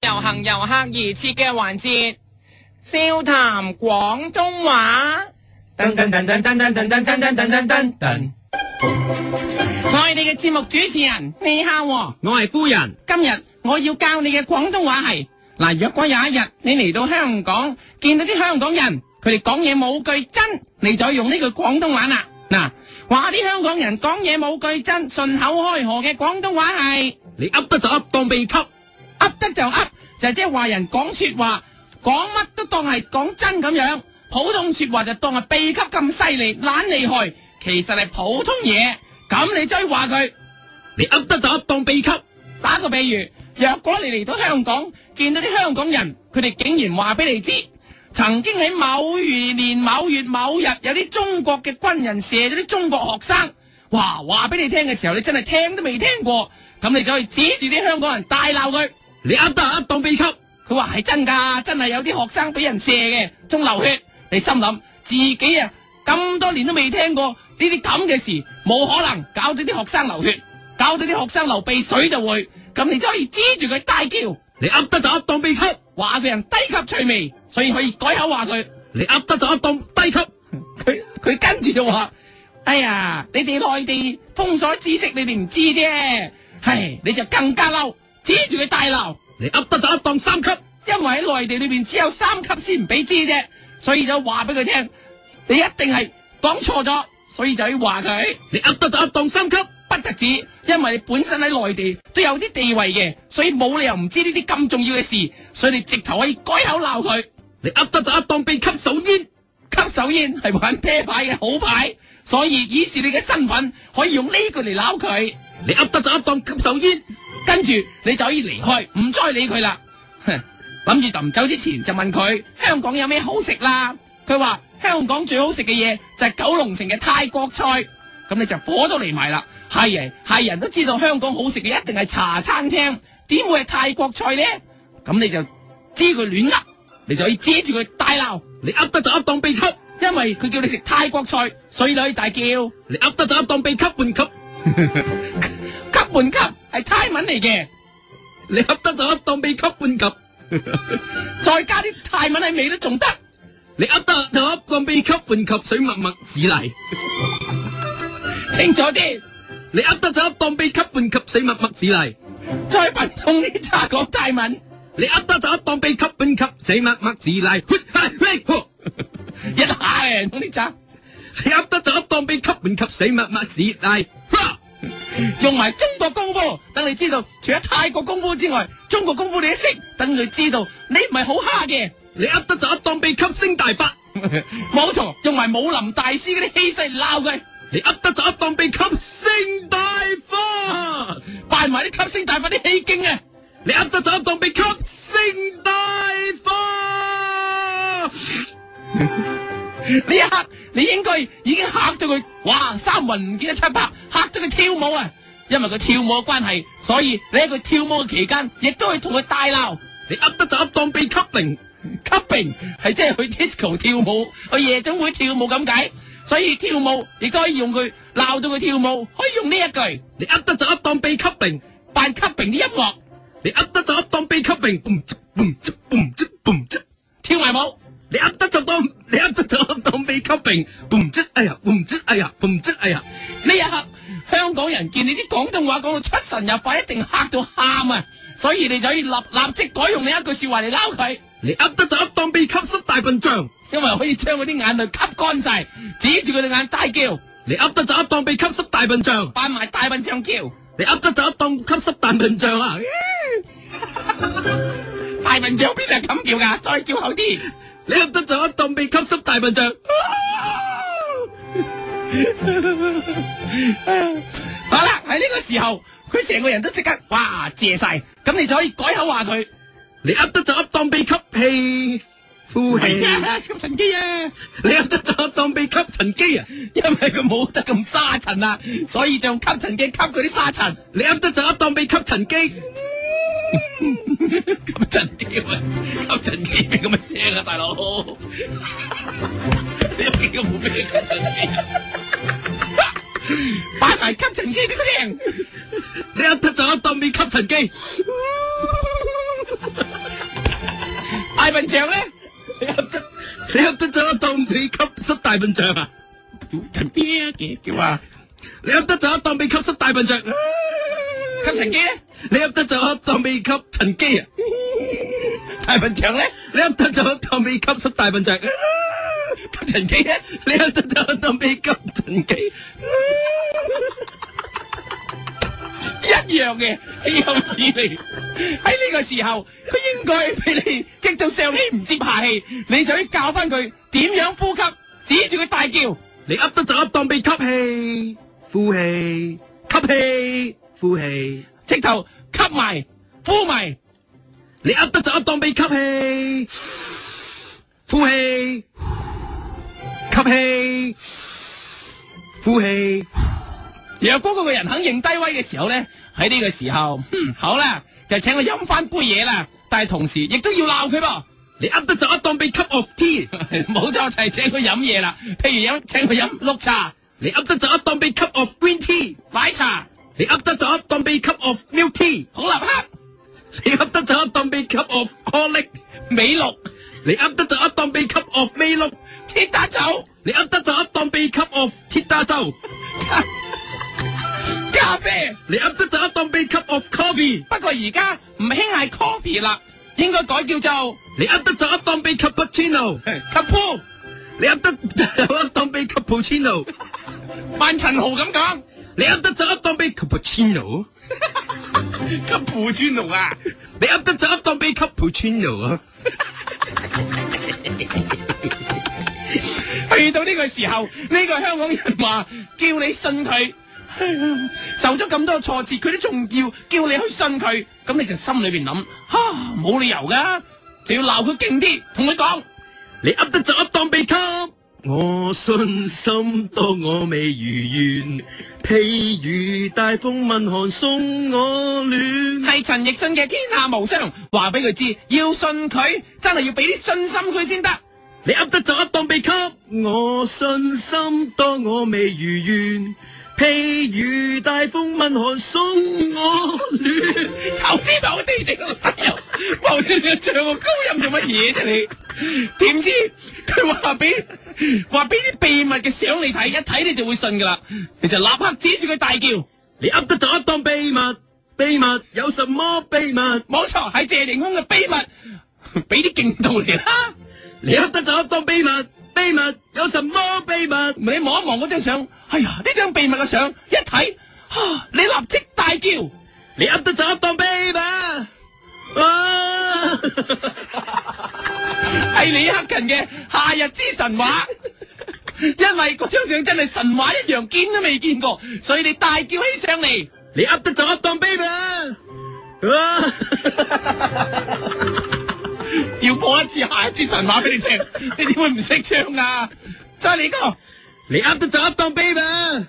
遊行遊客而設嘅環節，笑談廣東話。噔噔噔噔噔噔噔噔噔噔噔噔噔，我係你嘅節目主持人，你好喎。我係夫人，今日我要教你嘅廣東話係嗱，若果有一日你嚟到香港，見到啲香港人，佢哋講嘢冇句真，你就用呢句廣東話啦。嗱，話啲香港人講嘢冇句真，順口開河嘅廣東話係。你噏得就噏當秘笈，噏得就噏，就係即係話人講说話，講乜都當係講真咁樣。普通说話就當係秘笈咁犀利，懶厲害，其實係普通嘢。咁你追話佢，你噏得就噏當秘笈，打個比喻，若果你嚟到香港，見到啲香港人，佢哋竟然話俾你知，曾經喺某年某月某日，有啲中國嘅軍人射咗啲中國學生。哇！話俾你聽嘅時候，你真係聽都未聽過，咁你就去指住啲香港人大鬧佢。你噏得就噏當秘笈，佢話係真㗎，真係有啲學生俾人射嘅，仲流血。你心諗自己啊咁多年都未聽過呢啲咁嘅事，冇可能搞到啲學生流血，搞到啲學生流鼻水就會。咁你就可以指住佢大叫，你噏得就噏當秘笈，話佢人低級趣味，所以可以改口話佢。你噏得就噏當低級，佢佢跟住就話：哎呀，你哋內地封鎖知識，你哋唔知啫。唉，你就更加嬲，指住佢大鬧。你噏得就噏當三級，因為喺內地裏邊只有三級先唔俾知啫，所以就話俾佢聽，你一定係講錯咗，所以就要話佢。你噏得就噏當三級，不特止，因為你本身喺內地都有啲地位嘅，所以冇理由唔知呢啲咁重要嘅事，所以你直頭可以改口鬧佢。你噏得就噏當秘笈手煙，吸手煙係玩啤牌嘅好牌，所以以示你嘅身份可以用呢句嚟鬧佢。你噏得就噏當吸手煙，跟住你就可以離開，唔再理佢啦。哼諗住臨走之前就問佢香港有咩好食啦。佢話香港最好食嘅嘢就係九龍城嘅泰國菜。咁你就火都嚟埋啦。係人係人都知道香港好食嘅一定係茶餐廳，點會係泰國菜呢？咁你就知佢亂噏，你就可以指住佢大鬧，你噏得就噏當秘笈，因為佢叫你食泰國菜，所以你可以大叫。你噏得就噏當秘笈半級，級半級係泰文嚟嘅。你噏得就噏當秘笈半級，再加啲泰文喺尾都仲得。你噏得就噏當秘笈半級水默默屎泥，清楚啲，你噏得就噏當秘笈半級水默默屎泥。再笨重啲查講泰文，你噏得就噏當秘笈本級，死乜乜自賴，哼哈嘿呵一下嘅同啲查，你噏得就噏當秘笈本級，死乜乜屎賴，哈用埋中國功夫，等你知道除咗泰國功夫之外，中國功夫你都識，等佢知道你唔係好蝦嘅。你噏得就噏當秘笈升大法，冇錯，用埋武林大師嗰啲氣勢鬧佢，你噏得就噏當秘笈升大法，扮埋啲吸星大法啲氣勁啊！你噏得就噏當秘笈升大法，呢一刻你應該已經嚇到佢，哇！三魂唔見得七魄，嚇到佢跳舞啊！因為佢跳舞嘅關係，所以你喺佢跳舞嘅期間，亦都可以同佢大鬧。你噏得就噏當秘笈零， clubbing 係即係去 disco 跳舞，去夜總會跳舞咁解。所以跳舞亦都可以用佢鬧到佢跳舞，可以用呢一句你噏得就噏當秘笈零，扮 clubbing 啲音樂你噏得就噏呃當秘笈零，嘣唧嘣唧嘣唧嘣唧。跳埋舞。你噏得就當，你噏得就噏當秘笈並，唔知哎呀，唔知哎呀，唔知哎呀，呢一刻香港人見你啲廣東話講到出神入化，一定嚇到喊啊！所以你就可以立立即改用呢一句説話嚟鬧佢，你噏得就噏當秘笈塞大笨象，因為可以將嗰啲眼淚吸乾晒，指住佢對眼大叫，你噏得就噏當秘笈塞大笨象，扮埋大笨象叫。你噏得就噏當吸濕大笨象啊！大笨象邊係咁叫㗎？再叫好啲。你噏得就噏當秘笈塞大笨象，好啦，喺呢個時候，佢成個人都即刻哇謝晒，咁你就可以改口話佢，你噏得就噏當秘笈氣呼 氣，係啊，吸塵機啊，你噏得就噏呃當秘笈塵機啊！因為佢冇得咁沙塵啦，所以就用吸塵機吸佢啲沙塵，你噏得就噏當秘笈塵機， 吸塵機啊，吸塵機咩咁嘅聲啊，大佬， 你屋企有冇咩吸塵機啊？ 擺埋吸塵機啲聲。你噏得就噏當秘笈塵機。笨象咧？你噏得你噏得就噏當被吸濕大笨象啊！屌陳邊嘅叫啊？你噏得就噏當被吸濕大笨象，吸塵機咧？你噏得就噏當被吸塵機啊！大笨象咧？你噏得就噏當被吸濕大笨象，吸塵機咧？你噏得就噏當被吸塵機，一樣嘅，豈有此理！喺呢個時候，佢應該俾你激到上氣唔接下氣，你就要教翻佢點樣呼吸，指住佢大叫。你噏得就噏當被吸氣、呼氣、吸氣、呼氣。直頭吸埋、呼埋，你噏得就噏當被吸氣、呼氣、吸氣、呼氣。若果嗰個人肯認低威嘅時候咧，喺呢個時候，嗯，好啦，就請佢飲翻杯嘢啦。但係同時亦都要鬧佢噃， 你噏得就噏當被吸 off tea，冇錯就係請佢飲嘢啦。譬如飲請佢飲綠茶、你噏得就噏當被吸 off green tea，奶茶、你噏得就噏當被吸 off milk tea，好立克、你噏得就噏當被吸 off colic，美露、你噏得就噏當被吸 off 美祿，鐵打酒、你噏得就噏當被吸 off 鐵打州，咖啡。你噏得就噏當被吸 off coffee，不過而家唔興係 coffee 啦，應該改叫做你噏得就噏當被 cappuccino，呃 cup 你噏得 就噏當被 cappuccino，萬陳豪咁講。你噏得就噏當被 cappuccino， cup 磚奴啊！你噏得就噏當被 cappuccino 啊！去到呢個時候，呢、個香港人話叫你信佢，哎受咗咁多挫折，佢都仲要叫你去信佢，咁你就心裏邊諗，哈冇理由噶，就要鬧佢勁啲，同佢講，你噏得就噏當秘笈，我信心當我未如願，譬如大風問寒送我暖。係陳奕迅嘅天下無雙，話俾佢知要信佢，真係要俾啲信心佢先得。你噏得就噏當秘笈，我信心當我未如願，譬如大風問寒送我暖。頭先冇地地老友，無端端唱個高音做乜嘢啫你？點知佢話俾話俾啲秘密嘅相你睇，一睇你就會信噶啦，你就立刻指住佢大叫，你噏得就噏當秘密，秘密有什麼秘密？冇錯，係謝霆鋒嘅秘密，俾啲勁度嚟啦！你噏得就噏當秘密，秘密有什麼秘密？你望一望嗰張相，哎呀，呢張秘密嘅相一睇，啊，你立即大叫。你噏得就噏當秘密。啊！系李克勤嘅《夏日之神話》，因為嗰張相真係神話一樣，見都未見過，所以你大叫起上嚟，你噏得就噏當 baby 啊！要播一次《夏日之神話》俾你聽， 你點會唔識唱啊？再嚟個，你噏得就噏當 baby 啊！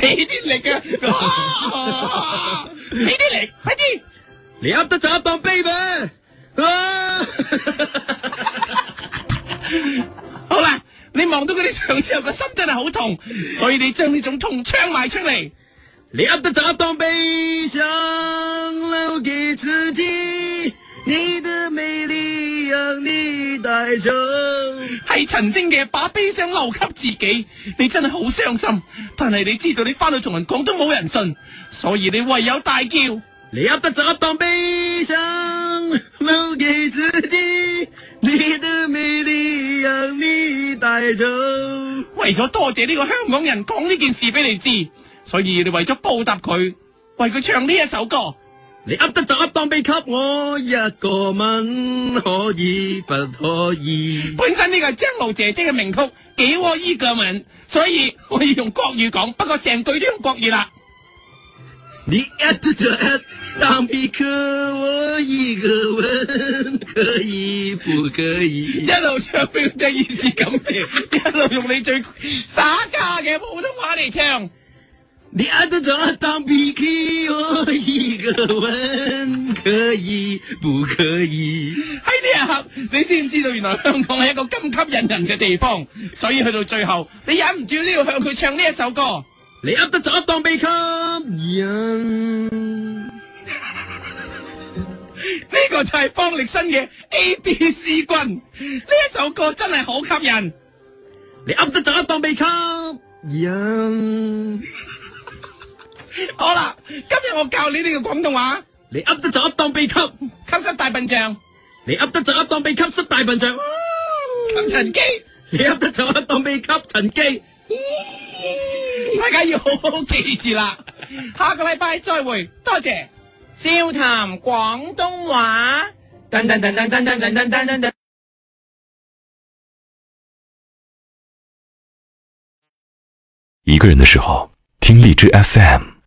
俾啲力啊！ 俾啲力，快啲！你噏得就噏當 baby 啊！好啦，你望到嗰啲相之後，個心真係好痛，所以你將呢種痛唱埋出嚟。你噏得就噏當悲傷留給自己，你的美麗讓你帶走。係陳星嘅把悲傷留給自己，你真係好傷心。但係你知道你翻去同人講都冇人信，所以你唯有大叫。你噏得就噏當悲傷留給自己，你的美麗讓你帶走。為咗多謝呢個香港人講呢件事俾你知，所以你為咗報答佢，為佢唱呢一首歌。你噏得就噏當秘笈，我一個吻可以不可以？本身呢個係張露姐姐嘅名曲《幾窩依個吻》，所以我要用國語講，不過成句都用國語啦。你噏得就噏當秘笈，我一個吻可以不可以一？路唱俾佢聽，以示感謝，一路用你最耍家嘅普通話嚟唱。你噏得就噏當秘笈，我一個吻可以不可以？喺呢一刻，你先知道原來香港係一個咁吸引人嘅地方，所以去到最後，你忍唔住都要向佢唱呢一首歌。你噏得就噏當秘笈，人個就係方力申嘅 A B C 君，呢一首歌真係好吸引。你噏得就噏當秘笈。人，好啦，今日我教你呢個廣東話，你噏得就噏當秘笈，吸濕大笨象，你噏得就噏當秘笈塞大笨象，吸塵機，你噏得就噏當秘笈陳記。大家要好好記住啦。下個禮拜再會，多謝。笑談廣東話。噔噔噔噔噔噔噔噔噔噔噔。一个人的时候，听荔枝 FM。